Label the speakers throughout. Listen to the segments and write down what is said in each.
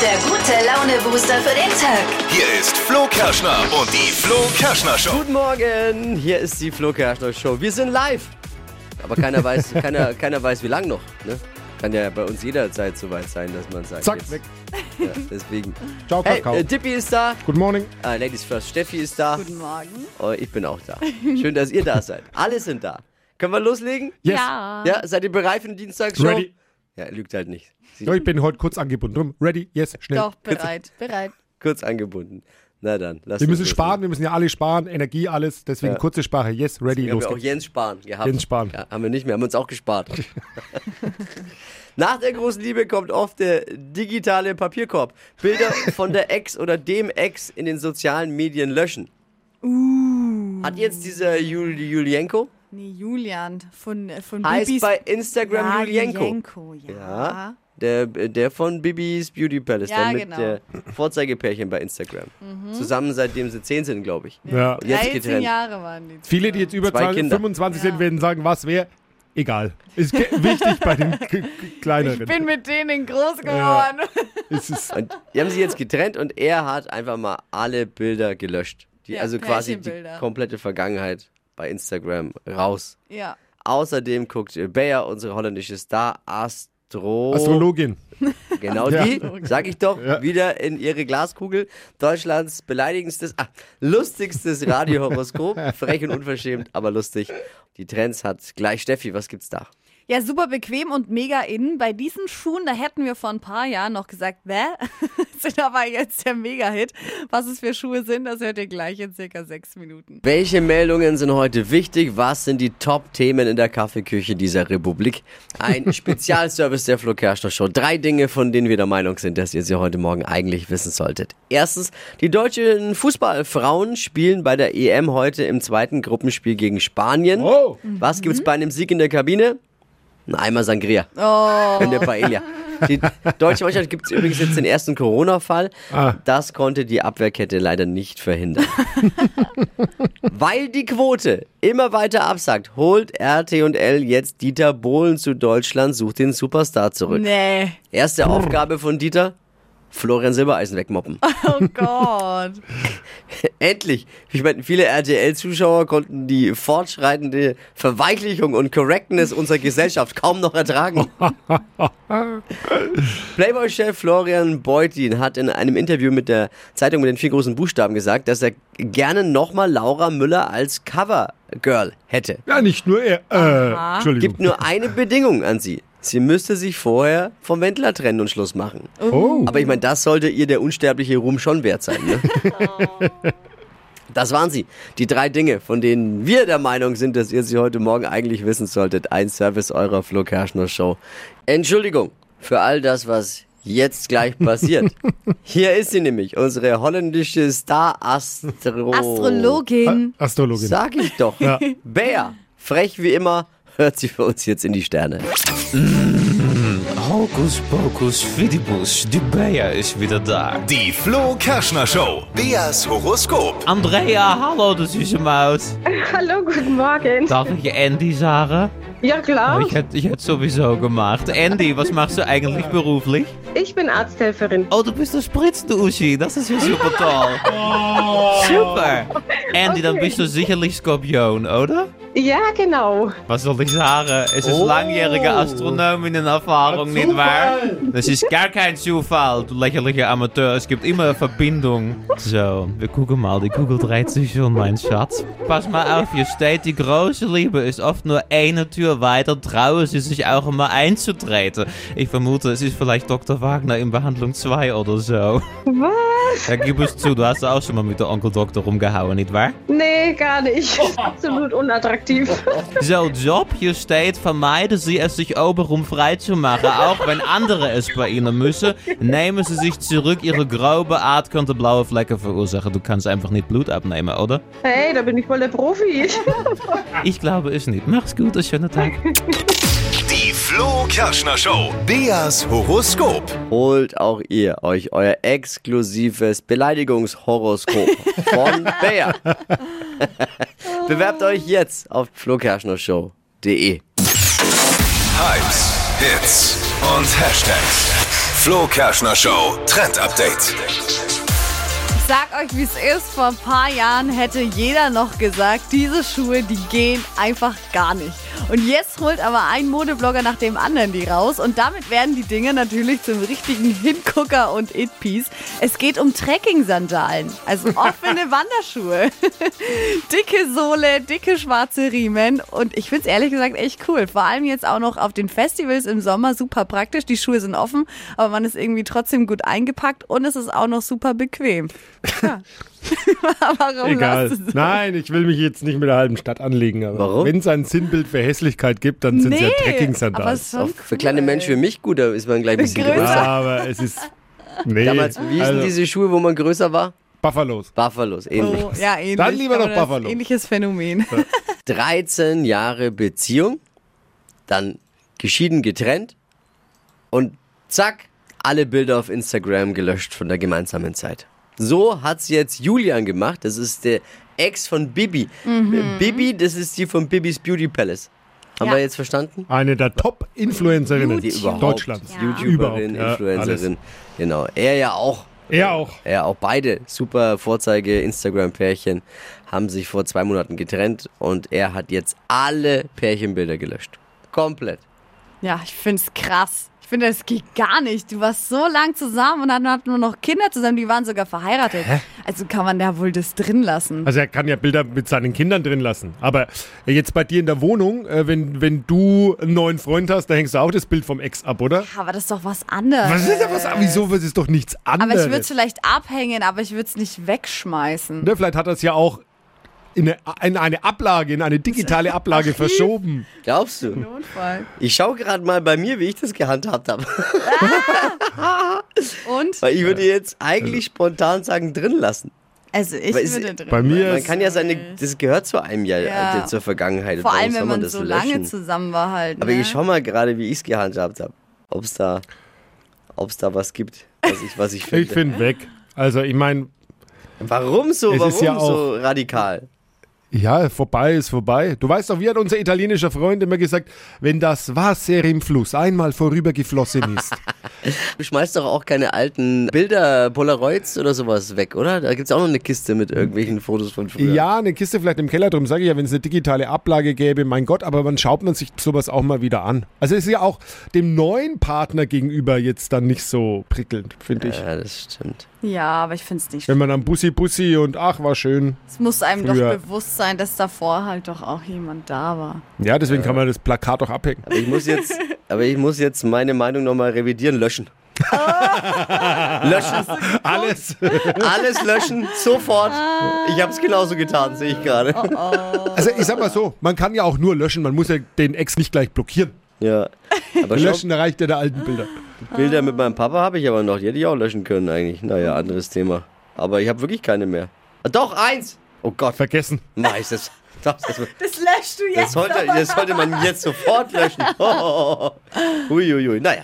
Speaker 1: der gute Laune-Booster für den Tag.
Speaker 2: Hier ist Flo Kerschner und die Flo Kerschner Show.
Speaker 3: Guten Morgen, hier ist die Flo Kerschner Show. Wir sind live. Aber keiner weiß, keiner, keiner weiß, wie lang noch. Ne? Kann ja bei uns jederzeit so weit sein, dass man sagt.
Speaker 4: Zack,
Speaker 3: jetzt.
Speaker 4: weg.
Speaker 3: Ja, deswegen.
Speaker 4: Ciao,
Speaker 3: Hey,
Speaker 4: Kakao.
Speaker 3: äh, Dippy ist da,
Speaker 4: Guten Morgen.
Speaker 3: äh, Ladies First Steffi ist da,
Speaker 5: Guten Morgen.
Speaker 3: oh, ich bin auch da. Schön, dass ihr da seid. Alle sind da. Können wir loslegen?
Speaker 4: Yes.
Speaker 5: Ja.
Speaker 3: Ja, seid ihr bereit für die Dienstagsshow?
Speaker 4: Ready.
Speaker 3: Ja, lügt halt nicht. Sie
Speaker 4: Ja, ich bin heute kurz angebunden. Drum, ready, yes, schnell.
Speaker 5: Doch, bereit, bereit.
Speaker 3: kurz angebunden. Na dann, lass
Speaker 4: Wir
Speaker 3: uns
Speaker 4: müssen
Speaker 3: loslegen.
Speaker 4: sparen, wir müssen ja alle sparen, Energie, alles. Deswegen
Speaker 3: Ja.
Speaker 4: kurze Sprache, yes, ready,
Speaker 3: Wir haben
Speaker 4: los
Speaker 3: ja auch
Speaker 4: geht's.
Speaker 3: Jens Spahn gehabt.
Speaker 4: Jens Spahn.
Speaker 3: Ja, haben wir nicht mehr, haben uns auch gespart. Nach der großen Liebe kommt oft der digitale Papierkorb. Bilder von der Ex oder dem Ex in den sozialen Medien löschen.
Speaker 5: Uh.
Speaker 3: Hat jetzt dieser Jul Julienko,
Speaker 5: Nee, Julian von, äh, von
Speaker 3: heißt
Speaker 5: Bibis.
Speaker 3: bei Instagram
Speaker 5: ja,
Speaker 3: Julienko.
Speaker 5: Julienko, ja.
Speaker 3: Ja, der, der von Bibis Beauty Palace, der
Speaker 5: Ja,
Speaker 3: mit
Speaker 5: genau. Mhm.
Speaker 3: der Vorzeigepärchen bei Instagram. Zusammen seitdem sie 10 sind, glaube ich.
Speaker 4: Ja.
Speaker 3: Jetzt
Speaker 5: 13
Speaker 3: getrennt.
Speaker 5: Jahre waren die.
Speaker 4: Viele, die jetzt über
Speaker 3: Zwei
Speaker 4: 20,
Speaker 3: Kinder.
Speaker 4: 25
Speaker 5: Ja.
Speaker 4: sind, werden sagen, was wäre. Egal. Ist ge- wichtig bei den K- K-
Speaker 5: Ich bin
Speaker 4: kleineren.
Speaker 5: mit denen groß
Speaker 4: Ja.
Speaker 5: geworden.
Speaker 4: Es ist,
Speaker 3: Und die haben sich jetzt getrennt und er hat einfach mal alle Bilder gelöscht. Die,
Speaker 5: Ja,
Speaker 3: also quasi die
Speaker 5: Pärchenbilder.
Speaker 3: komplette Vergangenheit bei Instagram raus.
Speaker 5: Ja.
Speaker 3: Außerdem guckt Bayer, unsere holländische Star, Astro.
Speaker 4: Astrologin.
Speaker 3: Genau
Speaker 4: Ja.
Speaker 3: die, sag ich doch,
Speaker 4: Ja.
Speaker 3: wieder in ihre Glaskugel. Deutschlands beleidigendstes, ah, lustigstes Radiohoroskop. Frech und unverschämt, aber lustig. Die Trends hat gleich Steffi. Was gibt's da?
Speaker 5: Ja, super bequem und mega innen. Bei diesen Schuhen, da hätten wir vor ein paar Jahren noch gesagt, bäh, sind aber jetzt der Mega-Hit. Was es für Schuhe sind, das hört ihr gleich in circa sechs Minuten.
Speaker 3: Welche Meldungen sind heute wichtig? Was sind die Top-Themen in der Kaffeeküche dieser Republik? Ein Spezialservice der Flo Kerschner Show. Drei Dinge, von denen wir der Meinung sind, dass ihr sie heute Morgen eigentlich wissen solltet. Erstens, die deutschen Fußballfrauen spielen bei der EM heute im zweiten Gruppenspiel gegen Spanien.
Speaker 4: Oh.
Speaker 3: Was gibt's bei einem Sieg in der Kabine? Ein Eimer Sangria
Speaker 5: Oh,
Speaker 3: in der Paella. Die deutsche Mannschaft gibt es übrigens jetzt den ersten Corona-Fall.
Speaker 4: Ah.
Speaker 3: Das konnte die Abwehrkette leider nicht verhindern. Weil die Quote immer weiter absackt, holt RT&L jetzt Dieter Bohlen zu Deutschland, sucht den Superstar zurück.
Speaker 5: nee.
Speaker 3: Erste Aufgabe von Dieter, Florian Silbereisen wegmoppen.
Speaker 5: Oh Gott.
Speaker 3: Endlich! Ich meine, viele RTL-Zuschauer konnten die fortschreitende Verweichlichung und Correctness unserer Gesellschaft kaum noch ertragen. Playboy-Chef Florian Beutin hat in einem Interview mit der Zeitung mit den vier großen Buchstaben gesagt, dass er gerne nochmal Laura Müller als Covergirl hätte.
Speaker 4: Ja, nicht nur er. Äh,
Speaker 3: Gibt
Speaker 4: Entschuldigung.
Speaker 3: nur eine Bedingung an sie. Sie müsste sich vorher vom Wendler trennen und Schluss machen.
Speaker 4: Oh.
Speaker 3: Aber ich meine, das sollte ihr der unsterbliche Ruhm schon wert sein. Ne? Das waren sie. Die drei Dinge, von denen wir der Meinung sind, dass ihr sie heute Morgen eigentlich wissen solltet. Ein Service eurer Flo Kerschner Show. Entschuldigung für all das, was jetzt gleich passiert. Hier ist sie nämlich, unsere holländische Star-Astro...
Speaker 5: Astrologin.
Speaker 4: Astrologin.
Speaker 3: Sag ich doch.
Speaker 4: Genau. Ja.
Speaker 3: Bär, frech wie immer, hört sie für uns jetzt in die Sterne.
Speaker 6: Hocus pocus fidibus, de Bea is weer daar.
Speaker 2: Die Flo Kerschner Show. Beas Horoskop.
Speaker 6: Andrea, hallo, das is hem uit.
Speaker 7: Hallo, guten Morgen.
Speaker 6: Darf ich Andy Oh, sagen?
Speaker 7: Ja, klar.
Speaker 6: Ich hätte ich hätte sowieso gemacht. Andy, was machst du eigentlich beruflich?
Speaker 7: Ich bin Arzthelferin.
Speaker 6: Oh, du bist een Spritzduschi, das ist ja dus super toll. Super. Andy, dann bist du sicherlich Skorpion, oder?
Speaker 7: Ja, genau.
Speaker 6: Was soll ich sagen? Es ist
Speaker 3: Oh.
Speaker 6: langjährige Astronominnen-Erfahrung, nicht wahr? Das ist gar kein Zufall, du lächerliche Amateur. Es gibt immer eine Verbindung. So, wir gucken mal. Die Kugel dreht sich schon, mein Schatz. Pass mal auf, hier steht, die große Liebe ist oft nur eine Tür weiter. Traue sie sich auch immer einzutreten. Ich vermute, es ist vielleicht Dr. Wagner in Behandlung 2 oder so.
Speaker 7: Was?
Speaker 6: Ja, gib es zu, du hast auch schon mal mit der Onkel Doktor rumgehauen, nicht wahr?
Speaker 7: Nee, gar nicht.
Speaker 3: Oh.
Speaker 7: Ist absolut unattraktiv.
Speaker 6: So, Job hier steht, vermeiden Sie es, sich oberum freizumachen. Auch wenn andere es bei Ihnen müssen, nehmen Sie sich zurück. Ihre grobe Art könnte blaue Flecken verursachen. Du kannst einfach nicht Blut abnehmen, oder?
Speaker 7: Hey, da bin ich voll der Profi.
Speaker 6: Ich glaube es nicht. Mach's gut, einen schönen Tag.
Speaker 2: Die Flo Kerschner Show. Beas Horoskop.
Speaker 3: holt auch ihr euch euer exklusives Beleidigungshoroskop von Bayer. Bewerbt euch jetzt auf flokerschnershow.de.
Speaker 2: Hypes, Hits und Hashtags. Flo Kerschner Show Trend Update.
Speaker 5: Sag euch, wie es ist. Vor ein paar Jahren hätte jeder noch gesagt, diese Schuhe, die gehen einfach gar nicht. Und jetzt holt aber ein Modeblogger nach dem anderen die raus. Und damit werden die Dinge natürlich zum richtigen Hingucker und It-Piece. Es geht um Trekking-Sandalen, also offene Wanderschuhe. dicke Sohle, dicke schwarze Riemen. Und ich finde es ehrlich gesagt echt cool. Vor allem jetzt auch noch auf den Festivals im Sommer super praktisch. Die Schuhe sind offen, aber man ist irgendwie trotzdem gut eingepackt und es ist auch noch super bequem. Warum
Speaker 4: Egal.
Speaker 5: lachst du so?
Speaker 4: Nein, ich will mich jetzt nicht mit der halben Stadt anlegen.
Speaker 3: Warum?
Speaker 4: Aber wenn es ein Sinnbild für Hässlichkeit gibt, dann sind es ja
Speaker 5: Nee, aber
Speaker 4: Trekking-Sandalen.
Speaker 5: es ist schon
Speaker 3: Für
Speaker 5: cool.
Speaker 3: kleine Menschen wie mich gut, da ist man gleich ein bisschen
Speaker 5: Größer.
Speaker 4: Ja,
Speaker 3: größer.
Speaker 4: aber es ist. Nee,
Speaker 3: Damals, wie hießen
Speaker 4: also,
Speaker 3: diese Schuhe, wo man größer war?
Speaker 4: Buffalos.
Speaker 3: Buffalos, ähnlich.
Speaker 5: Oh, ja, ähnlich.
Speaker 4: Dann lieber
Speaker 5: Aber
Speaker 4: noch
Speaker 5: das ist
Speaker 4: Buffalo.
Speaker 5: Ähnliches Phänomen.
Speaker 3: 13 Jahre Beziehung, dann geschieden, getrennt und zack, alle Bilder auf Instagram gelöscht von der gemeinsamen Zeit. So hat's jetzt Julian gemacht, das ist der Ex von Bibi. Bibi, das ist die von Bibis Beauty Palace. Haben
Speaker 5: Ja.
Speaker 3: wir jetzt verstanden?
Speaker 4: Eine der Top-Influencerinnen
Speaker 3: Die überhaupt.
Speaker 4: Deutschlands.
Speaker 3: YouTuberin,
Speaker 4: Überhaupt, ja,
Speaker 3: Influencerin. Genau, er ja auch.
Speaker 4: Er auch.
Speaker 3: Ja, auch beide super Vorzeige Instagram-Pärchen haben sich vor zwei Monaten getrennt und er hat jetzt alle Pärchenbilder gelöscht. Komplett.
Speaker 5: Ja, ich finde es krass. Ich finde, es geht gar nicht. Du warst so lang zusammen und dann hatten wir noch Kinder zusammen, die waren sogar verheiratet. Also kann man da wohl das drin lassen.
Speaker 4: Also er kann ja Bilder mit seinen Kindern drin lassen. Aber jetzt bei dir in der Wohnung, äh, wenn, wenn du einen neuen Freund hast, da hängst du auch das Bild vom Ex ab, oder?
Speaker 5: Aber das ist doch was anderes.
Speaker 4: Was ist da was? Wieso? Das ist doch nichts
Speaker 5: aber
Speaker 4: anderes.
Speaker 5: ich würde es vielleicht abhängen, aber ich würde es nicht wegschmeißen.
Speaker 4: ne, vielleicht hat er es ja auch in eine, in eine Ablage, in eine digitale Ablage verschoben.
Speaker 3: Glaubst du?
Speaker 5: Notfall.
Speaker 3: Ich schaue gerade mal bei mir, wie ich das gehandhabt habe.
Speaker 5: Und?
Speaker 3: Weil ich würde jetzt eigentlich spontan sagen, drin lassen.
Speaker 5: Also ich
Speaker 3: Weil es-
Speaker 5: würde drin.
Speaker 4: Bei mir
Speaker 3: Man
Speaker 4: ist
Speaker 3: kann ja seine, das gehört zu einem Jahr,
Speaker 5: Ja.
Speaker 3: äh, zur Vergangenheit.
Speaker 5: Vor
Speaker 3: Warum
Speaker 5: allem,
Speaker 3: soll
Speaker 5: wenn man,
Speaker 3: das
Speaker 5: so lange
Speaker 3: löschen?
Speaker 5: zusammen war halt.
Speaker 3: Aber
Speaker 5: ne?
Speaker 3: ich schau mal gerade, wie ich es gehandhabt habe. Ob es da, ob's da was gibt, was ich, was ich finde.
Speaker 4: ich finde weg. Also ich meine,
Speaker 3: Warum so,
Speaker 4: Es
Speaker 3: warum
Speaker 4: ist ja
Speaker 3: so radikal?
Speaker 4: ja, vorbei ist vorbei. Du weißt doch, wie hat unser italienischer Freund immer gesagt, wenn das Wasser im Fluss einmal vorübergeflossen ist.
Speaker 3: Du schmeißt doch auch keine alten Bilder, Polaroids oder sowas weg, oder? Da gibt's auch noch eine Kiste mit irgendwelchen Fotos von früher.
Speaker 4: Ja, eine Kiste vielleicht im Keller, drum sage ich ja, wenn es eine digitale Ablage gäbe, mein Gott, aber wann schaut man sich sowas auch mal wieder an? Also es ist ja auch dem neuen Partner gegenüber jetzt dann nicht so prickelnd, finde ich.
Speaker 3: Ja, das stimmt.
Speaker 5: ja, aber ich finde es nicht.
Speaker 4: Wenn man dann Bussi Bussi und ach, war schön.
Speaker 5: Es muss einem
Speaker 4: Früher.
Speaker 5: doch bewusst sein, dass davor halt doch auch jemand da war.
Speaker 4: Ja, deswegen kann man das Plakat doch abhängen.
Speaker 3: Aber ich muss jetzt, aber ich muss jetzt meine Meinung nochmal revidieren, löschen. löschen.
Speaker 4: Alles.
Speaker 3: Alles löschen, sofort. Ich hab's genauso getan, sehe ich gerade.
Speaker 4: Also ich sag mal so, man kann ja auch nur löschen, man muss ja den Ex nicht gleich blockieren.
Speaker 3: Ja. Aber schau,
Speaker 4: Löschen reicht ja der alten Bilder.
Speaker 3: Bilder mit meinem Papa habe ich aber noch. Die hätte ich auch löschen können eigentlich. Naja, anderes Thema. Aber ich habe wirklich keine mehr. Ah, Doch, eins! Oh Gott,
Speaker 4: Vergessen.
Speaker 3: mach ich das. Das, das,
Speaker 5: Das löscht du
Speaker 3: das, sollte, das sollte man jetzt sofort löschen. Oh, Uiuiui, naja.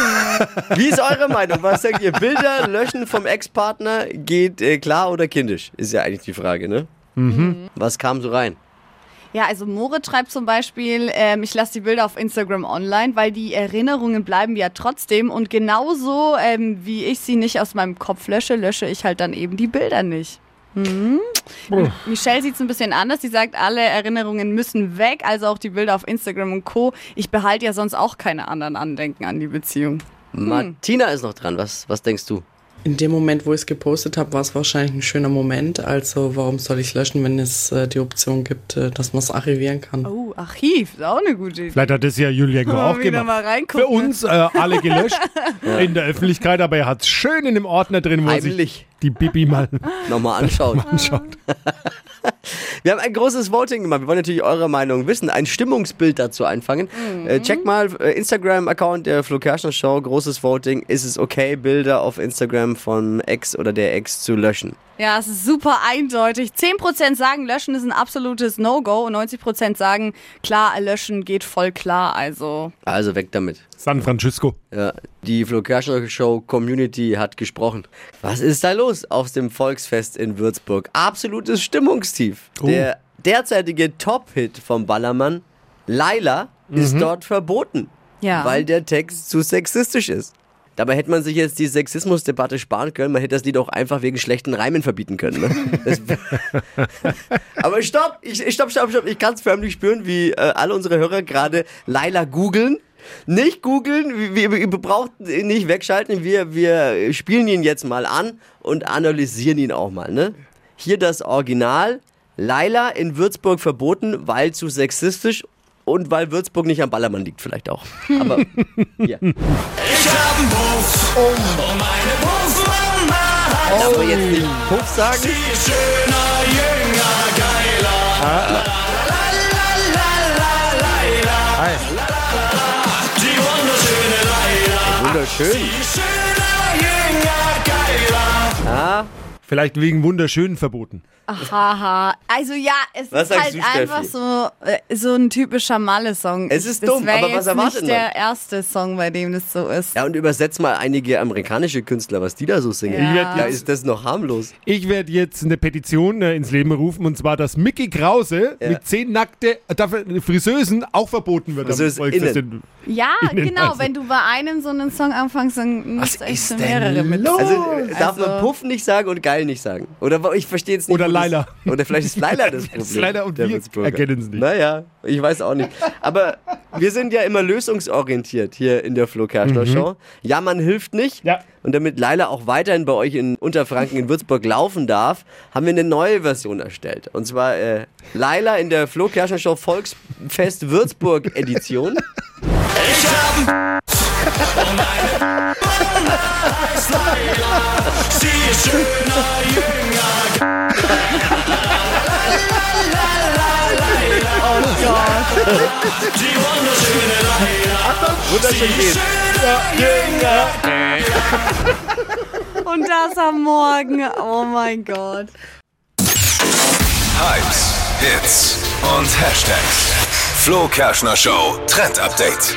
Speaker 3: Wie ist eure Meinung? Was sagt ihr? Bilder löschen vom Ex-Partner geht äh, klar oder kindisch? Ist ja eigentlich die Frage, ne? Was kam so rein?
Speaker 5: Ja, also More schreibt zum Beispiel, ähm, ich lasse die Bilder auf Instagram online, weil die Erinnerungen bleiben ja trotzdem und genauso ähm, wie ich sie nicht aus meinem Kopf lösche, lösche ich halt dann eben die Bilder nicht. Mhm. Michelle sieht es ein bisschen anders. Sie sagt, alle Erinnerungen müssen weg, also auch die Bilder auf Instagram und Co. Ich behalte ja sonst auch keine anderen Andenken an die Beziehung.
Speaker 3: Martina ist noch dran. Was, was denkst du?
Speaker 8: In dem Moment, wo ich es gepostet habe, war es wahrscheinlich ein schöner Moment. Also warum soll ich es löschen, wenn es äh, die Option gibt, äh, dass man es archivieren kann?
Speaker 5: Oh, Archiv, ist auch eine gute Idee.
Speaker 4: Vielleicht hat das ja Julienko auch
Speaker 5: wieder
Speaker 4: gemacht.
Speaker 5: mal reingucken.
Speaker 4: Für uns äh, alle gelöscht in der Öffentlichkeit, aber er hat es schön in dem Ordner drin, wo er sich
Speaker 3: Heimlich.
Speaker 4: die Bibi mal
Speaker 3: Nochmal anschauen.
Speaker 4: anschaut.
Speaker 3: Wir haben ein großes Voting gemacht. Wir wollen natürlich eure Meinung wissen, ein Stimmungsbild dazu einfangen. Äh, check mal äh, Instagram-Account der Flo Kerschner Show, großes Voting. Ist es okay, Bilder auf Instagram von Ex oder der Ex zu löschen?
Speaker 5: Ja, es ist super eindeutig. 10% sagen, löschen ist ein absolutes No-Go und 90% sagen, klar, löschen geht voll klar. Also,
Speaker 3: Also weg damit.
Speaker 4: San Francisco.
Speaker 3: Ja, die Flo Kerschner Show Community hat gesprochen. Was ist da los auf dem Volksfest in Würzburg? Absolutes Stimmungstief. Der derzeitige Top-Hit vom Ballermann, Laila, ist dort verboten.
Speaker 5: ja.
Speaker 3: weil der Text zu sexistisch ist. Dabei hätte man sich jetzt die Sexismusdebatte sparen können. Man hätte das Lied auch einfach wegen schlechten Reimen verbieten können. Ne? Das, aber stopp, ich, ich- stopp, stopp, stopp. Ich kann es förmlich spüren, wie äh, alle unsere Hörer gerade Laila googeln. Nicht googeln, wir, wir braucht nicht wegschalten. Wir, wir spielen ihn jetzt mal an und analysieren ihn auch mal. Ne? Hier das Original. Laila in Würzburg verboten, weil zu sexistisch und weil Würzburg nicht am Ballermann liegt, vielleicht auch. Aber ja.
Speaker 2: Ich hab einen Puff und meine Puffmama
Speaker 3: Darf man jetzt nicht Puff sagen?
Speaker 2: Die ist schöner, jünger, geiler. Die wunderschöne Leila.
Speaker 3: Wunderschön.
Speaker 2: Die ist schöner, jünger, geiler.
Speaker 4: Vielleicht wegen wunderschönen verboten.
Speaker 5: Haha. Also ja, es
Speaker 3: Was
Speaker 5: ist
Speaker 3: sagst
Speaker 5: halt
Speaker 3: du, Steffi?
Speaker 5: einfach so, äh, so ein typischer Malle-Song.
Speaker 3: Es ist
Speaker 5: das
Speaker 3: dumm,
Speaker 5: wär
Speaker 3: aber
Speaker 5: jetzt
Speaker 3: was erwartet
Speaker 5: nicht der erste Song, bei dem das so ist.
Speaker 3: Ja, und übersetzt mal einige amerikanische Künstler, was die da so singen.
Speaker 5: Ja. Ich werd
Speaker 3: Da
Speaker 5: jetzt-
Speaker 3: ist das noch harmlos.
Speaker 4: Ich werde jetzt eine Petition äh, ins Leben rufen und zwar, dass Mickey Krause
Speaker 3: Ja.
Speaker 4: mit zehn nackte äh, dafür- Friseusen auch verboten wird. am
Speaker 3: Friseusinnen.
Speaker 4: Volksfest.
Speaker 5: Ja,
Speaker 4: Innen
Speaker 5: genau.
Speaker 4: also.
Speaker 5: Wenn du bei einem so einen Song anfängst, dann
Speaker 3: Was
Speaker 5: musst du echt
Speaker 3: ist
Speaker 5: so
Speaker 3: denn
Speaker 5: mehrere mit.
Speaker 3: Also äh, darf man
Speaker 5: Also-
Speaker 3: Puff nicht sagen und geil nicht sagen. Oder wa- ich verstehe jetzt nicht. wo
Speaker 4: Oder
Speaker 3: das-
Speaker 4: Laila.
Speaker 3: Oder vielleicht ist Leila das Problem.
Speaker 4: Laila und
Speaker 3: der
Speaker 4: wir
Speaker 3: Würzburger.
Speaker 4: erkennen's nicht.
Speaker 3: Naja, ich weiß auch nicht. Aber wir sind ja immer lösungsorientiert hier in der Flo Kerschner Show. Ja, man hilft nicht.
Speaker 4: Mhm. Ja.
Speaker 3: Und damit Leila auch weiterhin bei euch in Unterfranken in Würzburg laufen darf, haben wir eine neue Version erstellt. Und zwar äh, Leila in der Flo Kerschner Show Volksfest Würzburg Edition.
Speaker 2: Ich hab einen Puff und meine Puffmama ist Leila. Sie ist schöner, jünger, geiler. Die wunderschöne Leila.
Speaker 3: Wunderschön geht's.
Speaker 5: Und das am Morgen. Oh mein Gott.
Speaker 2: Hypes, Hits und Hashtags. Flo Kerschner Show Trend Update.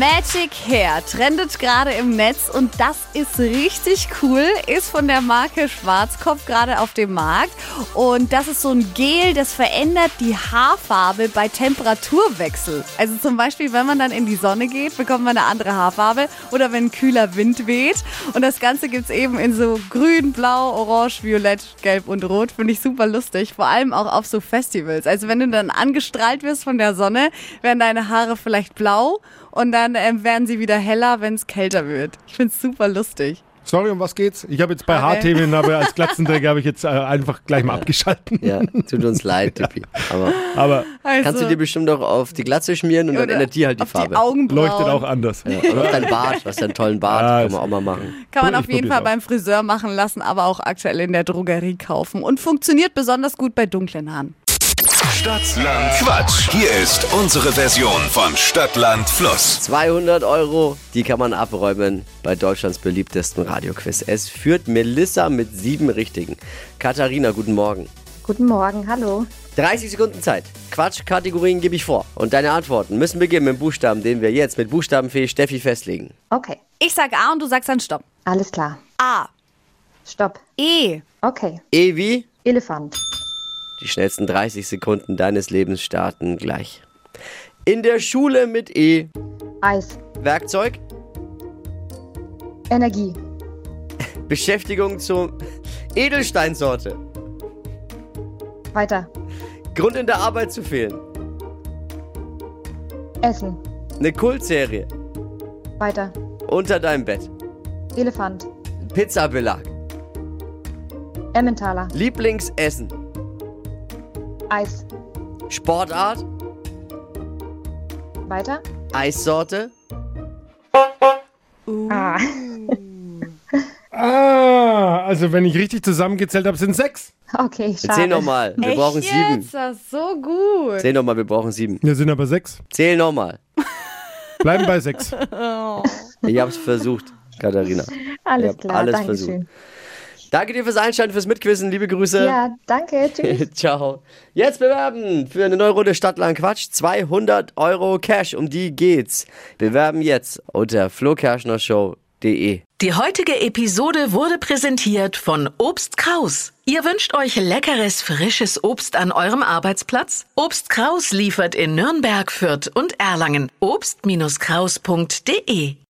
Speaker 5: Magic Hair trendet gerade im Netz und das ist richtig cool. Ist von der Marke Schwarzkopf gerade auf dem Markt. Und das ist so ein Gel, das verändert die Haarfarbe bei Temperaturwechsel. Also zum Beispiel, wenn man dann in die Sonne geht, bekommt man eine andere Haarfarbe oder wenn kühler Wind weht. Und das Ganze gibt's eben in so grün, blau, orange, violett, gelb und rot. Finde ich super lustig. Vor allem auch auf so Festivals. Also wenn du dann angestrahlt wirst von der Sonne, werden deine Haare vielleicht blau und dann ähm, werden sie wieder heller, wenn es kälter wird. Ich finde es super lustig.
Speaker 4: Sorry, um was geht's? Ich habe jetzt bei
Speaker 5: Haare.
Speaker 4: Haarthemen, aber als Glatzenträger habe ich jetzt äh, einfach gleich mal abgeschalten.
Speaker 3: Ja, tut uns leid, Tippi. Aber
Speaker 4: Aber
Speaker 5: Also,
Speaker 3: kannst du dir bestimmt auch auf die Glatze schmieren und dann
Speaker 5: oder
Speaker 3: ändert die halt die
Speaker 5: auf
Speaker 3: Farbe.
Speaker 5: Die Augenbrauen.
Speaker 4: leuchtet auch anders.
Speaker 3: Ja, oder auf deinen Bart, was deinen tollen Bart,
Speaker 4: Ja,
Speaker 3: kann man auch mal machen.
Speaker 5: Kann man
Speaker 4: Ich
Speaker 5: auf jeden
Speaker 4: probier's
Speaker 5: Fall
Speaker 4: auch.
Speaker 5: beim Friseur machen lassen, aber auch aktuell in der Drogerie kaufen. Und funktioniert besonders gut bei dunklen Haaren.
Speaker 2: Stadtland Quatsch. Hier ist unsere Version von Stadtland Fluss.
Speaker 3: 200 Euro, die kann man abräumen bei Deutschlands beliebtesten Radioquiz. Es führt Melissa mit sieben Richtigen. Katharina, guten Morgen.
Speaker 9: Guten Morgen, hallo.
Speaker 3: 30 Sekunden Zeit. Quatschkategorien gebe ich vor. Und deine Antworten müssen beginnen mit dem Buchstaben, den wir jetzt mit Buchstabenfee Steffi festlegen.
Speaker 9: Okay,
Speaker 5: Ich sag A und du sagst dann Stopp.
Speaker 9: alles klar.
Speaker 5: A.
Speaker 9: Stopp.
Speaker 5: E.
Speaker 9: Okay,
Speaker 3: E wie?
Speaker 9: Elefant.
Speaker 3: Die schnellsten 30 Sekunden deines Lebens starten gleich. In der Schule mit E.
Speaker 9: Eis.
Speaker 3: Werkzeug.
Speaker 9: Energie.
Speaker 3: Beschäftigung zur Edelsteinsorte.
Speaker 9: Weiter.
Speaker 3: Grund in der Arbeit zu fehlen.
Speaker 9: Essen.
Speaker 3: Eine Kultserie.
Speaker 9: Weiter.
Speaker 3: Unter deinem Bett.
Speaker 9: Elefant.
Speaker 3: Pizzabelag.
Speaker 9: Emmentaler.
Speaker 3: Lieblingsessen.
Speaker 9: Eis.
Speaker 3: Sportart.
Speaker 9: Weiter.
Speaker 3: Eissorte.
Speaker 9: Ah.
Speaker 4: Ah, also wenn ich richtig zusammengezählt habe, sind sechs.
Speaker 9: Okay,
Speaker 3: Wir zählen
Speaker 9: schade.
Speaker 3: nochmal. Wir brauchen
Speaker 5: Echt
Speaker 3: sieben.
Speaker 5: Jetzt? Das ist so gut.
Speaker 3: Zähl nochmal, wir brauchen sieben.
Speaker 4: Ja, sind aber sechs.
Speaker 3: Zähl nochmal.
Speaker 4: Bleiben bei sechs.
Speaker 3: Ich hab's versucht, Katharina. Ja,
Speaker 9: Alles klar,
Speaker 3: alles
Speaker 9: danke
Speaker 3: versucht.
Speaker 9: schön.
Speaker 3: Danke dir fürs Einschalten, fürs Mitquissen. Liebe Grüße.
Speaker 9: Ja, danke. Tschüss.
Speaker 3: Ciao. Jetzt bewerben für eine neue Runde Stadtland Quatsch. 200 Euro Cash, um die geht's. Bewerben jetzt unter flokerschnershow.de.
Speaker 10: Die heutige Episode wurde präsentiert von Obst Kraus. Ihr wünscht euch leckeres, frisches Obst an eurem Arbeitsplatz? Obst Kraus liefert in Nürnberg, Fürth und Erlangen. Obst-Kraus.de